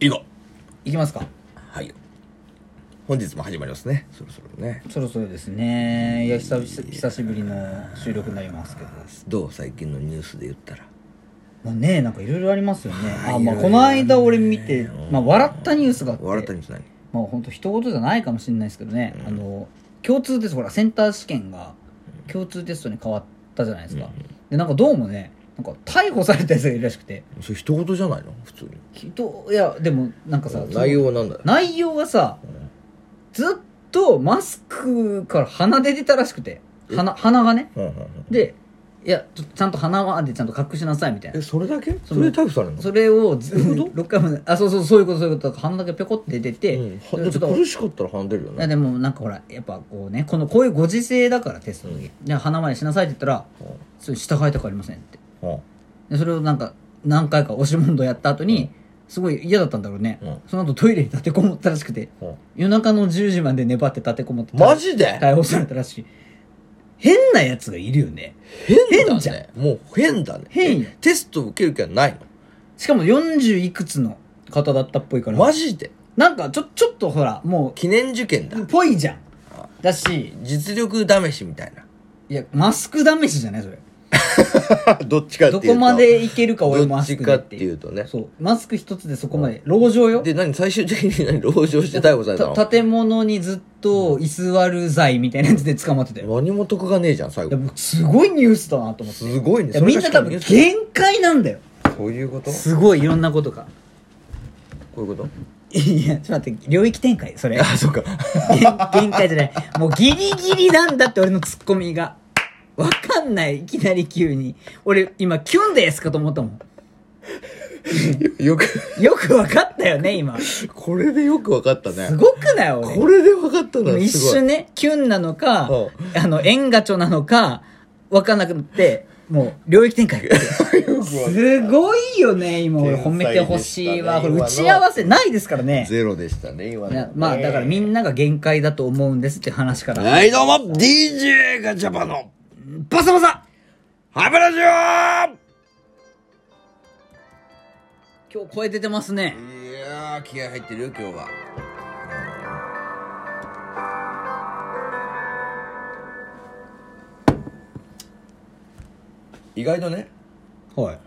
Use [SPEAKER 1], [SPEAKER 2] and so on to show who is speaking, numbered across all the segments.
[SPEAKER 1] いいの
[SPEAKER 2] いきますか
[SPEAKER 1] はい本日も始まりますねそろそろね
[SPEAKER 2] そろそろですねいや久々久しぶりの収録になりますけど
[SPEAKER 1] どう最近のニュースで言ったら
[SPEAKER 2] もうねなんかいろいろありますよねあ、まあ、
[SPEAKER 1] いろいろね
[SPEAKER 2] この間俺見て、まあ、笑ったニュースがあって
[SPEAKER 1] 笑ったニュース何
[SPEAKER 2] まあ本当一言じゃないかもしれないですけどね、あの共通テストほらセンター試験が共通テストに変わったじゃないですか、でなんかどうもねなんか逮捕されたやつがいるらしくて
[SPEAKER 1] それ一言じゃないの普通に
[SPEAKER 2] きっといやでもなんかさその
[SPEAKER 1] 内容はなんだよ
[SPEAKER 2] 内容がさ、ずっとマスクから鼻で出てたらしくて鼻鼻がね
[SPEAKER 1] うんうんうん
[SPEAKER 2] でいやちょちゃんと鼻までちゃんと隠しなさいみたいな
[SPEAKER 1] えそれだけ
[SPEAKER 2] そ
[SPEAKER 1] そ
[SPEAKER 2] の
[SPEAKER 1] れで逮捕されるの
[SPEAKER 2] それをず
[SPEAKER 1] どういうこ
[SPEAKER 2] 6回まであそうそうそういうことそういうこと鼻だけぴょこって出て、
[SPEAKER 1] うん
[SPEAKER 2] ち
[SPEAKER 1] はだ
[SPEAKER 2] ょ
[SPEAKER 1] っ
[SPEAKER 2] ってと
[SPEAKER 1] 苦しかったらはんでるよ
[SPEAKER 2] い
[SPEAKER 1] ね
[SPEAKER 2] やでもなんかほらやっぱこうねこのこういうご時世だからテストの時、で鼻までしなさいって言ったら
[SPEAKER 1] うん
[SPEAKER 2] 「それ従いたくありません」って
[SPEAKER 1] うん
[SPEAKER 2] でそれをなんか何回か押し問答やった後に、すごい嫌だったんだろうね、
[SPEAKER 1] うん
[SPEAKER 2] その後トイレに立てこもったらしくて
[SPEAKER 1] うん
[SPEAKER 2] 夜中の10時まで粘って立てこもって
[SPEAKER 1] マジで
[SPEAKER 2] 逮捕されたらしい変なやつがいるよね
[SPEAKER 1] 変
[SPEAKER 2] 変
[SPEAKER 1] だ
[SPEAKER 2] じゃ
[SPEAKER 1] ねもう変だね
[SPEAKER 2] 変よ
[SPEAKER 1] えテスト受ける気はない
[SPEAKER 2] しかも40いくつの方だったっぽいか
[SPEAKER 1] の
[SPEAKER 2] ら、
[SPEAKER 1] マジで
[SPEAKER 2] なんかちょちょっとほらも
[SPEAKER 1] 記念受験だ
[SPEAKER 2] うぽいじゃんだし
[SPEAKER 1] 実力試しみたい
[SPEAKER 2] いやマスク試しじゃないそれ
[SPEAKER 1] な どっちかってい
[SPEAKER 2] ど
[SPEAKER 1] うと
[SPEAKER 2] こまでいけるか俺
[SPEAKER 1] ど
[SPEAKER 2] マ
[SPEAKER 1] っ
[SPEAKER 2] ス
[SPEAKER 1] ち
[SPEAKER 2] ク
[SPEAKER 1] か
[SPEAKER 2] でっ
[SPEAKER 1] ってて
[SPEAKER 2] い
[SPEAKER 1] いううとね
[SPEAKER 2] そうマスク一つでそこまで籠城よ
[SPEAKER 1] で何最終的に何籠城して逮捕されたの
[SPEAKER 2] た建物にずっと居座る罪みたいなやつで捕まってたよ
[SPEAKER 1] 何も得がねえじゃん最
[SPEAKER 2] いや
[SPEAKER 1] 後
[SPEAKER 2] もうすごいニュースだなと思って
[SPEAKER 1] すごいね
[SPEAKER 2] いやみんな多分
[SPEAKER 1] それがしかもニュー
[SPEAKER 2] 限界なんだよ
[SPEAKER 1] スそういうこと
[SPEAKER 2] すごいいろんなことが
[SPEAKER 1] こういうこと
[SPEAKER 2] いやちょっと待って領域展開それ
[SPEAKER 1] そうか
[SPEAKER 2] 限限界じゃないもうギリギリなんだって俺のツッコミがわかんないいきなり急に俺今キュンですかと思ったもん
[SPEAKER 1] よく
[SPEAKER 2] よくわかったよね今す
[SPEAKER 1] これでよく分かったね
[SPEAKER 2] ごくない俺
[SPEAKER 1] これで分かったの
[SPEAKER 2] でも
[SPEAKER 1] は
[SPEAKER 2] 一
[SPEAKER 1] すごい
[SPEAKER 2] 瞬ね、キュンなのか
[SPEAKER 1] うん、
[SPEAKER 2] あの、縁ガチョなのか、わかんなくなって、もう、領域展開。すごいよね、今俺
[SPEAKER 1] 天
[SPEAKER 2] 褒
[SPEAKER 1] 才
[SPEAKER 2] めてほしいわ。
[SPEAKER 1] でした
[SPEAKER 2] これ
[SPEAKER 1] ね
[SPEAKER 2] 打ち合わせないですからね。
[SPEAKER 1] ゼロでしたね今
[SPEAKER 2] いや
[SPEAKER 1] の
[SPEAKER 2] まあ、だからみんなが限界だと思うんですって話から。
[SPEAKER 1] はいどうも DJ ガチャパンの
[SPEAKER 2] バサバサ
[SPEAKER 1] ハブラジオ
[SPEAKER 2] 今日声出てますね。
[SPEAKER 1] いやー気合入ってるよ今日は意外とね
[SPEAKER 2] はい。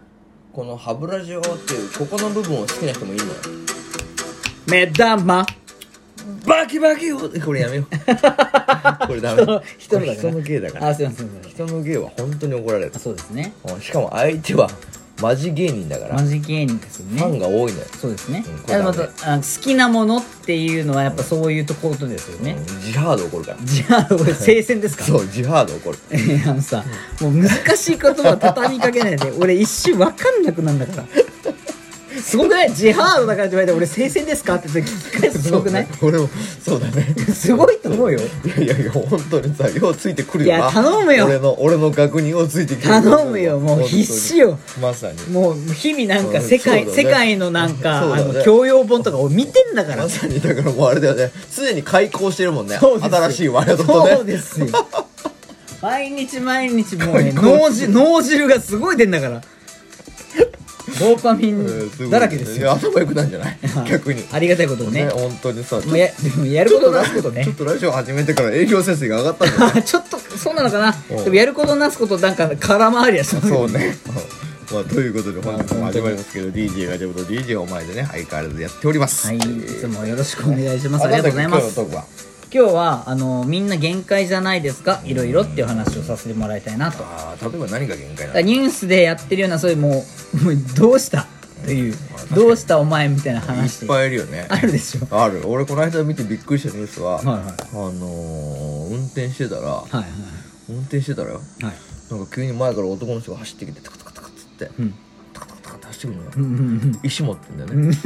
[SPEAKER 1] この歯ブラジオっていうここの部分を好きな人もいるのよ
[SPEAKER 2] 目玉。
[SPEAKER 1] バキバキよこれやめよ うこれダメ
[SPEAKER 2] 人
[SPEAKER 1] こ
[SPEAKER 2] の
[SPEAKER 1] れ人の芸だから
[SPEAKER 2] あ、すいません、すいません。
[SPEAKER 1] 人の芸は本当に怒られる
[SPEAKER 2] あそうですね。
[SPEAKER 1] うんしかも相手はマジ芸人だから
[SPEAKER 2] マ
[SPEAKER 1] フ
[SPEAKER 2] ジ芸人ですよね。
[SPEAKER 1] ァンが多いのよ
[SPEAKER 2] そうですね
[SPEAKER 1] うんこ。れ
[SPEAKER 2] あの
[SPEAKER 1] ダ
[SPEAKER 2] ま
[SPEAKER 1] メ
[SPEAKER 2] たあの好きなものっていうのはやっぱそういうところですよね。
[SPEAKER 1] ジハード怒るから
[SPEAKER 2] じゃあ俺聖戦ですか
[SPEAKER 1] そうジハード怒る
[SPEAKER 2] いやあのさもう難しい言葉を畳みかけないで俺一瞬分かんなくなるんだからすごくないジハードだからって言われて俺聖戦ですかって聞き返すとすごくない、
[SPEAKER 1] そうね俺もそうだね
[SPEAKER 2] すごいと思うよ
[SPEAKER 1] いやいやいや本当にさようついてくるよない
[SPEAKER 2] や頼むよ
[SPEAKER 1] 俺の俺の学人をついてくる
[SPEAKER 2] 頼むよもう
[SPEAKER 1] 本当に
[SPEAKER 2] 必死よ
[SPEAKER 1] まさに
[SPEAKER 2] もう日々なんか世界,、
[SPEAKER 1] そうだね
[SPEAKER 2] 世界のなんか、
[SPEAKER 1] そうだ
[SPEAKER 2] あ
[SPEAKER 1] ね
[SPEAKER 2] の教養本とかを見てんだから
[SPEAKER 1] まさにだからもうあれだよね常に開講してるもんね
[SPEAKER 2] そうですよ
[SPEAKER 1] 新しいワードとね
[SPEAKER 2] そうですよ毎日毎日もう ね
[SPEAKER 1] 開口
[SPEAKER 2] 脳汁脳汁がすごい出んだからドーパミ
[SPEAKER 1] うんごい
[SPEAKER 2] ンだらけです
[SPEAKER 1] い
[SPEAKER 2] よ
[SPEAKER 1] や頭良くないんじゃない逆に
[SPEAKER 2] ありがたいことをね
[SPEAKER 1] ね本当にさちょ
[SPEAKER 2] もうやでもやることなすことね
[SPEAKER 1] ちょっとラジオ始めてから営業成績が上がったんだ よ
[SPEAKER 2] ちょっとそうなのかな
[SPEAKER 1] うん
[SPEAKER 2] でもやることなすことなんか空回りはしますけど
[SPEAKER 1] そうね まあということで本日も始まりますけど DJ ガチャブと DJ お前でね相変わらずやっております
[SPEAKER 2] はいい
[SPEAKER 1] え
[SPEAKER 2] つ
[SPEAKER 1] ー
[SPEAKER 2] もよろしくお願いしますあ
[SPEAKER 1] あ
[SPEAKER 2] り
[SPEAKER 1] な
[SPEAKER 2] がと
[SPEAKER 1] た
[SPEAKER 2] うござい
[SPEAKER 1] 今
[SPEAKER 2] ま
[SPEAKER 1] 日の
[SPEAKER 2] す
[SPEAKER 1] トークは
[SPEAKER 2] 今日はあのみんな限界じゃないですかいろいろっていう話をさせてもらいたいなと
[SPEAKER 1] あー例えば何が限界
[SPEAKER 2] だ
[SPEAKER 1] な
[SPEAKER 2] から
[SPEAKER 1] の
[SPEAKER 2] ニュースでやってるようなそういうもうもうどうしたというどうしたお前みたいない話
[SPEAKER 1] っぱいいるよね
[SPEAKER 2] あるでしょ
[SPEAKER 1] ある俺この間見てびっくりしたニュースは、
[SPEAKER 2] はいはい
[SPEAKER 1] あのー、運転してたら
[SPEAKER 2] はいはい
[SPEAKER 1] 運転してたらよ
[SPEAKER 2] はい
[SPEAKER 1] なんか急に前から男の人が走ってきてタカタカタカっつって
[SPEAKER 2] うん
[SPEAKER 1] タカタカタカって走ってくるのよ、
[SPEAKER 2] うんうん
[SPEAKER 1] 石持ってんだよね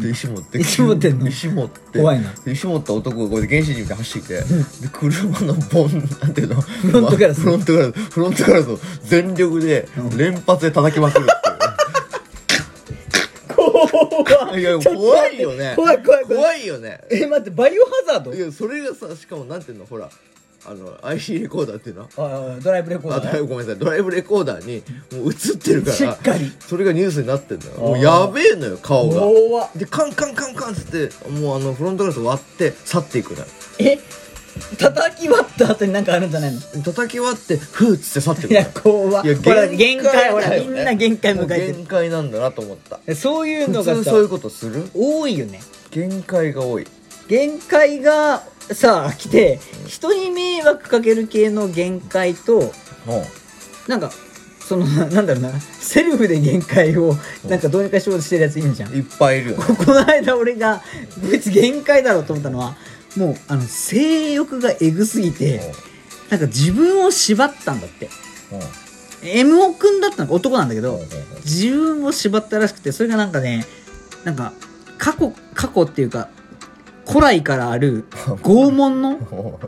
[SPEAKER 1] で石持って
[SPEAKER 2] 石持ってんの
[SPEAKER 1] 石持って
[SPEAKER 2] 怖いな
[SPEAKER 1] で石持った男がこうやって原始人みたいに走ってきて、で車のボンなんていうのフ
[SPEAKER 2] ロントガラス
[SPEAKER 1] フロントガラスフロントガラスを全力で連発で叩きまくるっていういや怖いよね
[SPEAKER 2] 怖い怖い怖い
[SPEAKER 1] いよね
[SPEAKER 2] え待ってバイオハザード
[SPEAKER 1] いやそれがさしかもなんていうのほらあの IC レコーダーっていうのは
[SPEAKER 2] あドライブレコー
[SPEAKER 1] あ
[SPEAKER 2] ダー
[SPEAKER 1] だいぶごめんなさいドライブレコーダーにもう映ってるから
[SPEAKER 2] しっかり
[SPEAKER 1] それがニュースになってんだよ
[SPEAKER 2] ー
[SPEAKER 1] もうやべえのよ顔が
[SPEAKER 2] 怖っ
[SPEAKER 1] でカンカンカンカンっつってもうあのフロントガラス割って去っていくのよ
[SPEAKER 2] え叩き割った後になんかあるんじゃないの
[SPEAKER 1] 叩き割ってフーっつって去っていく
[SPEAKER 2] い
[SPEAKER 1] のよ
[SPEAKER 2] や怖っ
[SPEAKER 1] いや
[SPEAKER 2] ほら限界ほ
[SPEAKER 1] だよ
[SPEAKER 2] ら
[SPEAKER 1] ね
[SPEAKER 2] みんな限界迎えて
[SPEAKER 1] 限界なんだなと思った
[SPEAKER 2] るそういう
[SPEAKER 1] 普
[SPEAKER 2] のが
[SPEAKER 1] 通
[SPEAKER 2] さ
[SPEAKER 1] そういうことする
[SPEAKER 2] 多いよね
[SPEAKER 1] 限界が多い
[SPEAKER 2] 限界がさ来て人に迷惑かける系の限界と
[SPEAKER 1] も
[SPEAKER 2] なんかそのなんだろうなセルフで限界をなんかどうにかしようとしてるやついるじゃん
[SPEAKER 1] ういっぱいいるよね
[SPEAKER 2] ここの間俺がこいつ限界だろうと思ったのはもうあの性欲がエグすぎてなんか自分を縛ったんだって
[SPEAKER 1] うんうん
[SPEAKER 2] M オ君だったのか男なんだけど
[SPEAKER 1] うんうんうん
[SPEAKER 2] 自分を縛ったらしくてそれがなんかねなんか過去過去っていうか古来からある拷 問の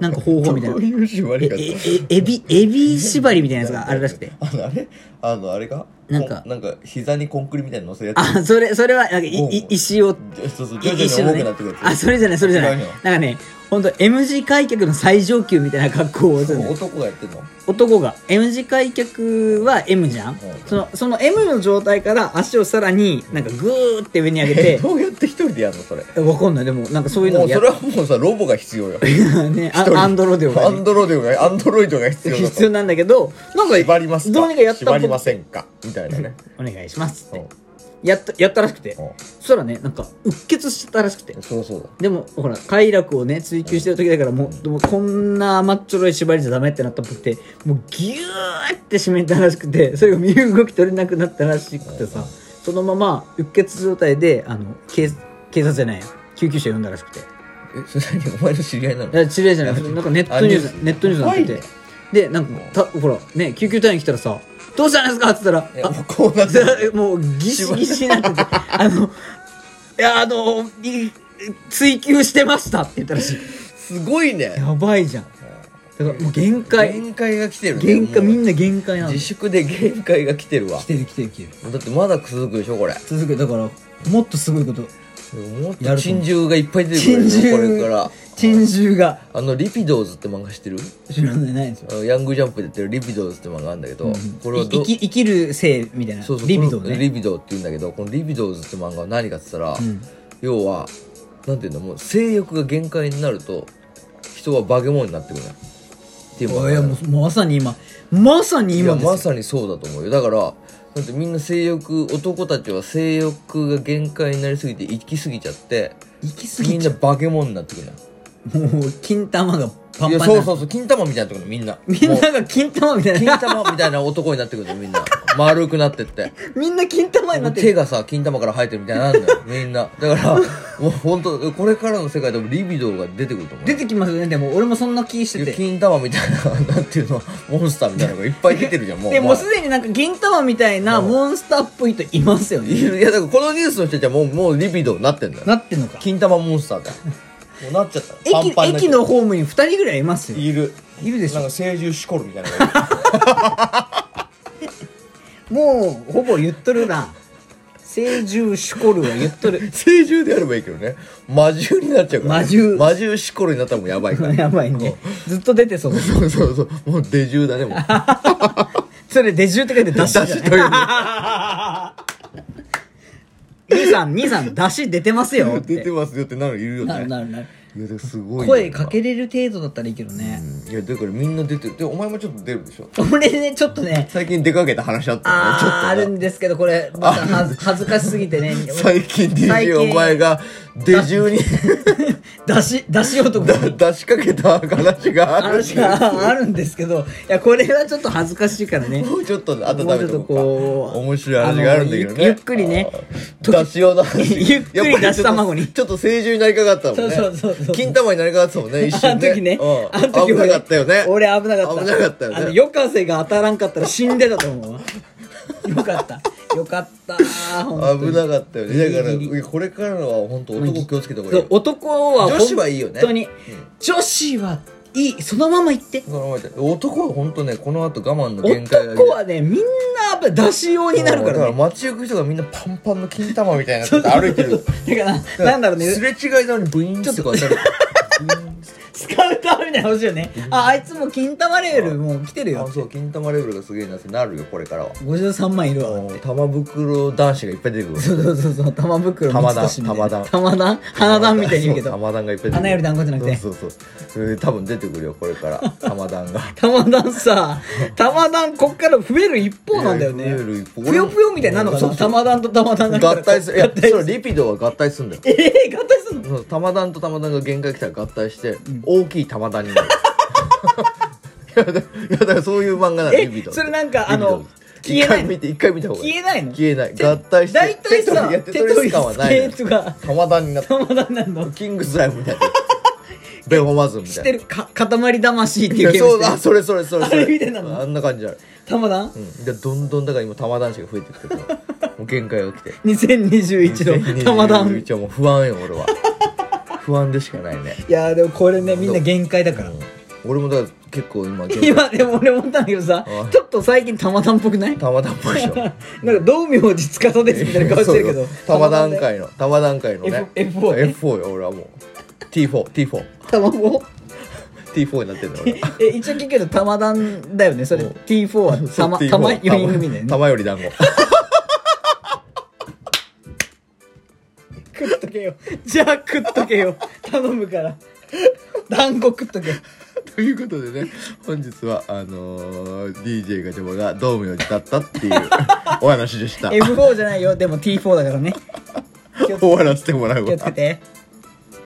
[SPEAKER 2] なんか方法みたいな
[SPEAKER 1] どういう縛
[SPEAKER 2] え
[SPEAKER 1] り方
[SPEAKER 2] ええエビエビ縛りみたいなやつがあるらしくて
[SPEAKER 1] あのあれあのあれか
[SPEAKER 2] なんか
[SPEAKER 1] こなんか膝にコンクリみたいなの乗せるやつ
[SPEAKER 2] あそれそれはなんかいい石を
[SPEAKER 1] そうそう徐々に
[SPEAKER 2] 一緒の
[SPEAKER 1] 重くな
[SPEAKER 2] ね
[SPEAKER 1] ってくる、やつ
[SPEAKER 2] あそれじゃないそれじゃない
[SPEAKER 1] 違う
[SPEAKER 2] なん
[SPEAKER 1] よ
[SPEAKER 2] かね本当 M 字開脚の最上級みたいな格好をするの
[SPEAKER 1] 男がやってんの
[SPEAKER 2] 男が M 字開脚は M じゃんそのその M の状態から足をさらになんかグーって上に上げ
[SPEAKER 1] え
[SPEAKER 2] て
[SPEAKER 1] どうやって一人でやるのそれ
[SPEAKER 2] わかんないでもなんかそういう
[SPEAKER 1] も
[SPEAKER 2] の
[SPEAKER 1] う
[SPEAKER 2] や
[SPEAKER 1] それはもうさロボが必要よ
[SPEAKER 2] ねあ
[SPEAKER 1] 一人
[SPEAKER 2] アンドロデオ
[SPEAKER 1] ア
[SPEAKER 2] がね
[SPEAKER 1] ンドロイドがアンドロイドが必要だと
[SPEAKER 2] 必要なんだけどなんか
[SPEAKER 1] 縛りますか
[SPEAKER 2] どうにかやったっぽ
[SPEAKER 1] 縛りませんかみたいな ね
[SPEAKER 2] お願いしますっ
[SPEAKER 1] うん
[SPEAKER 2] てやったやったらしくて
[SPEAKER 1] うん
[SPEAKER 2] そしたらねなんかうっ血してたらしくて
[SPEAKER 1] そうそうだ
[SPEAKER 2] でもほら快楽をね追求してる時だからもうでもこんな甘っちょろい縛りじゃダメってなったっぽくてもうギューって締めたらしくて それが身動き取れなくなったらしくてさそのままうっ血状態であの警警察じゃないや救急車呼んだらしくて
[SPEAKER 1] えそれ何お前の知り合いなの
[SPEAKER 2] いや知り合いじゃないなんかネットニュー
[SPEAKER 1] あニュ
[SPEAKER 2] ス
[SPEAKER 1] ース
[SPEAKER 2] ネットニュースになってて、
[SPEAKER 1] 怖いね
[SPEAKER 2] でなんかたほらね救急隊員来たらさ「どうしたんですか?」っつったら
[SPEAKER 1] え
[SPEAKER 2] あ
[SPEAKER 1] もうこうなってる
[SPEAKER 2] もうギシギシになってて「あのいやあのい追求してました」って言ったらしい
[SPEAKER 1] すごいね
[SPEAKER 2] やばいじゃんだからもう限界
[SPEAKER 1] 限界が来てるね
[SPEAKER 2] 限界
[SPEAKER 1] もう
[SPEAKER 2] みんな限界なんだ
[SPEAKER 1] 自粛で限界が来てるわ
[SPEAKER 2] 来てる来てる来てる
[SPEAKER 1] だってまだ続くでしょこれ
[SPEAKER 2] 続くだからもっとすごいこと
[SPEAKER 1] もっと
[SPEAKER 2] やると
[SPEAKER 1] 珍
[SPEAKER 2] 思う
[SPEAKER 1] 獣がいっぱい出てくるでしょこれから
[SPEAKER 2] 珍獣が
[SPEAKER 1] あのリピドーズって漫画知ってる
[SPEAKER 2] 知らないないんですよ
[SPEAKER 1] あのヤングジャンプでやってるリピドーズって漫画あるんだけど、これはいど
[SPEAKER 2] 生き生きる性みたいな
[SPEAKER 1] そうそう
[SPEAKER 2] リビドー
[SPEAKER 1] この
[SPEAKER 2] ね
[SPEAKER 1] リビドーって言うんだけどこのリビドーズって漫画は何かって言ったら、
[SPEAKER 2] ん
[SPEAKER 1] 要はなんていうのもう性欲が限界になると人は化け物になってくるのよっていう漫画
[SPEAKER 2] いやもうまさに今まさに
[SPEAKER 1] 今
[SPEAKER 2] 今ですよ
[SPEAKER 1] まさにそうだと思うよだからだってみんな性欲男たちは性欲が限界になりすぎて行き過ぎちゃって
[SPEAKER 2] 行き過
[SPEAKER 1] み
[SPEAKER 2] ぎ
[SPEAKER 1] ん
[SPEAKER 2] ちゃ
[SPEAKER 1] な化け物になってくるのよ
[SPEAKER 2] うもう金玉がパ
[SPEAKER 1] いや
[SPEAKER 2] ンパンにな
[SPEAKER 1] そうそうそう金玉みたいなところみんな
[SPEAKER 2] みん
[SPEAKER 1] もう
[SPEAKER 2] なが金玉みたい
[SPEAKER 1] 金
[SPEAKER 2] な
[SPEAKER 1] 玉みたいな男になってくるのみんな 丸くなって って
[SPEAKER 2] みんな金玉になって
[SPEAKER 1] 手
[SPEAKER 2] る
[SPEAKER 1] がさ金玉から生えてるみたいなのあるん だよみんなだからもう本当これからの世界でもリビドーが出てくると思う
[SPEAKER 2] 出てきますよねでも俺もそんな気して
[SPEAKER 1] いや
[SPEAKER 2] て
[SPEAKER 1] 金玉みたいななんていうのモンスターみたいなのがいっぱい出てるじゃんもう
[SPEAKER 2] でもう
[SPEAKER 1] お前
[SPEAKER 2] すでになんか銀玉みたいなモンスターっぽい人いますよね
[SPEAKER 1] いやいやだからこのニュースの人たちはもうもうリビドーになってんだよ
[SPEAKER 2] なってんのか
[SPEAKER 1] 金玉モンスターだよもうなっちゃったパン
[SPEAKER 2] 駅
[SPEAKER 1] パンになっちゃ
[SPEAKER 2] 駅
[SPEAKER 1] った
[SPEAKER 2] のホームに2人ぐらいいますよ
[SPEAKER 1] いる
[SPEAKER 2] いるでし
[SPEAKER 1] なん
[SPEAKER 2] ょ
[SPEAKER 1] か成獣しこるみたいなのがいる
[SPEAKER 2] もうほぼ言っとるな成獣シュコルは言っとる
[SPEAKER 1] 成獣であればいいけどね魔獣になっちゃうから、
[SPEAKER 2] 魔獣
[SPEAKER 1] 魔獣しこるになったらもうやばいから
[SPEAKER 2] やばいねずっと出てそう
[SPEAKER 1] そうそうそうもう出獣だね もう
[SPEAKER 2] それ出汁って書いて出汁じゃない兄さん、兄さん、出汁出てますよっ
[SPEAKER 1] 出て
[SPEAKER 2] て。
[SPEAKER 1] ますよってなるのいるよね
[SPEAKER 2] なるなるなる。
[SPEAKER 1] いやだからすごいよ
[SPEAKER 2] 声かけれる程度だったらいいけど
[SPEAKER 1] う
[SPEAKER 2] ね。
[SPEAKER 1] んいやだからみんな出てるでお前もちょっと出るでしょ
[SPEAKER 2] 俺ね、ちょっとね、
[SPEAKER 1] 最近出かけた話あったよねちょっと
[SPEAKER 2] あーあるんですけど、これ、またはず恥ずかしすぎてね。
[SPEAKER 1] 最近 DJ お前が出獣に
[SPEAKER 2] 出汁、出汁男
[SPEAKER 1] だ出しかけた話がある
[SPEAKER 2] 話があるんですけど、いや、これはちょっと恥ずかしいからね。
[SPEAKER 1] もうちょっとあと
[SPEAKER 2] もう
[SPEAKER 1] 食
[SPEAKER 2] ち
[SPEAKER 1] べと
[SPEAKER 2] ょっと
[SPEAKER 1] こう
[SPEAKER 2] こ
[SPEAKER 1] か
[SPEAKER 2] う。
[SPEAKER 1] 面白い話があるんだけど
[SPEAKER 2] あ
[SPEAKER 1] ね
[SPEAKER 2] のゆっくりね。
[SPEAKER 1] あー出し用の話
[SPEAKER 2] ゆっくり
[SPEAKER 1] やぱちょっと
[SPEAKER 2] 出し卵に
[SPEAKER 1] ちょっと成獣になりかかったもんね
[SPEAKER 2] そうそうそうそう
[SPEAKER 1] 金玉になりかかってたもん ね一
[SPEAKER 2] あ
[SPEAKER 1] 瞬
[SPEAKER 2] の
[SPEAKER 1] ね
[SPEAKER 2] 時ね。
[SPEAKER 1] うん
[SPEAKER 2] あの時
[SPEAKER 1] 危なかったよね
[SPEAKER 2] 俺危なかった。
[SPEAKER 1] 危なかったよね
[SPEAKER 2] あの、夜風が当たらんかったら死んでたと思うわ。 よかった。よかった。本当に
[SPEAKER 1] 危なかったよねだから
[SPEAKER 2] ギリギ
[SPEAKER 1] いやこれからは本当男気をつけた方が
[SPEAKER 2] そ
[SPEAKER 1] いういよ
[SPEAKER 2] 男は
[SPEAKER 1] 女子はいいよね
[SPEAKER 2] 本当に
[SPEAKER 1] うん
[SPEAKER 2] 女子はいいそのまま言って
[SPEAKER 1] そのままで男は本当ねこの後我慢の限界
[SPEAKER 2] 男はねみんなやっぱ出し用になるか
[SPEAKER 1] だからら
[SPEAKER 2] ね
[SPEAKER 1] 街行く人がみんなパンパンの金玉みたいなの歩いてる
[SPEAKER 2] だからなんだろうね
[SPEAKER 1] すれ違いなのにブイーンってこう当たる
[SPEAKER 2] スカウターみたいな欲しいよねああいつも金玉レベルもう来てる
[SPEAKER 1] あ
[SPEAKER 2] よ
[SPEAKER 1] そう金玉レベルがすげえなってなるよこれからは
[SPEAKER 2] 53万いるわ
[SPEAKER 1] もう玉袋男子がいっぱい出てくる
[SPEAKER 2] そうそうそうそう玉袋
[SPEAKER 1] 玉
[SPEAKER 2] 三
[SPEAKER 1] 弾
[SPEAKER 2] つ
[SPEAKER 1] 玉
[SPEAKER 2] 玉弾
[SPEAKER 1] 弾
[SPEAKER 2] 玉弾花弾みたいに言うけ
[SPEAKER 1] そう
[SPEAKER 2] ど
[SPEAKER 1] 玉弾がいっぱい出てくる
[SPEAKER 2] 花より団子じゃなくて
[SPEAKER 1] そうそうそううん多分出てくるよこれから玉弾が
[SPEAKER 2] 玉 弾さ玉弾こっから増える一方なんだよ
[SPEAKER 1] いや
[SPEAKER 2] ね
[SPEAKER 1] 増える一方
[SPEAKER 2] ぷよぷよみたいになるのか
[SPEAKER 1] そ
[SPEAKER 2] な
[SPEAKER 1] うそう
[SPEAKER 2] 玉弾と玉弾が来たら
[SPEAKER 1] 合体するい やそれリピドは合体するんだよ
[SPEAKER 2] ええ合体すんの
[SPEAKER 1] そう玉弾と玉弾が限界来たら合体して、大きい玉弾になるいやだいやだからそういう漫画なの
[SPEAKER 2] え
[SPEAKER 1] リビド
[SPEAKER 2] それなんかあの
[SPEAKER 1] リビド
[SPEAKER 2] 消えない
[SPEAKER 1] 一回見て一回見た方がいい
[SPEAKER 2] 消えないの
[SPEAKER 1] 消えない合体して
[SPEAKER 2] 大体
[SPEAKER 1] 手
[SPEAKER 2] さ
[SPEAKER 1] 取りやって感はないのよ
[SPEAKER 2] 手取り系とか
[SPEAKER 1] 玉弾になった
[SPEAKER 2] 玉弾なんの
[SPEAKER 1] キングスライムみたい なベホマズみ
[SPEAKER 2] 知
[SPEAKER 1] た
[SPEAKER 2] っ
[SPEAKER 1] いな
[SPEAKER 2] てるか 塊魂っていう
[SPEAKER 1] い
[SPEAKER 2] ゲ
[SPEAKER 1] や
[SPEAKER 2] ー
[SPEAKER 1] そ
[SPEAKER 2] ム
[SPEAKER 1] う
[SPEAKER 2] 知って
[SPEAKER 1] あ
[SPEAKER 2] る
[SPEAKER 1] それそれそれそ
[SPEAKER 2] あれみたいなの
[SPEAKER 1] あんな感じある、
[SPEAKER 2] 玉弾
[SPEAKER 1] うん、でどんどんだから今玉男子が増えてくるけどもう限界が来て
[SPEAKER 2] 2021の玉弾
[SPEAKER 1] 一応もう不安よ俺は不安でしかないね
[SPEAKER 2] いやーでもこれねみんな限界だから
[SPEAKER 1] 俺もだから結構今限界
[SPEAKER 2] 今でも俺思ったんだけどさ
[SPEAKER 1] あ
[SPEAKER 2] ちょっと最近玉弾っぽくない
[SPEAKER 1] 玉弾っぽいでしょ
[SPEAKER 2] なんか道明寺司ですみたいな顔してるけど
[SPEAKER 1] 玉段階の玉段階のね
[SPEAKER 2] F- F4 ね
[SPEAKER 1] F4 よ俺はもう T4T4T4
[SPEAKER 2] 卵
[SPEAKER 1] になってんだよ俺は
[SPEAKER 2] え一応聞くけど玉弾だよねそれ
[SPEAKER 1] うん
[SPEAKER 2] T4 は玉
[SPEAKER 1] T4
[SPEAKER 2] 玉4人組だよね
[SPEAKER 1] 玉より団子
[SPEAKER 2] 食っとけよじゃあ食っとけよ頼むから団子食っとけ
[SPEAKER 1] ということでね本日はあのー、DJ ガチャバが道明寺だったっていうお話でした
[SPEAKER 2] M4 じゃないよでも T4 だからね
[SPEAKER 1] 終わらせてもらう
[SPEAKER 2] 気
[SPEAKER 1] わ
[SPEAKER 2] をつけて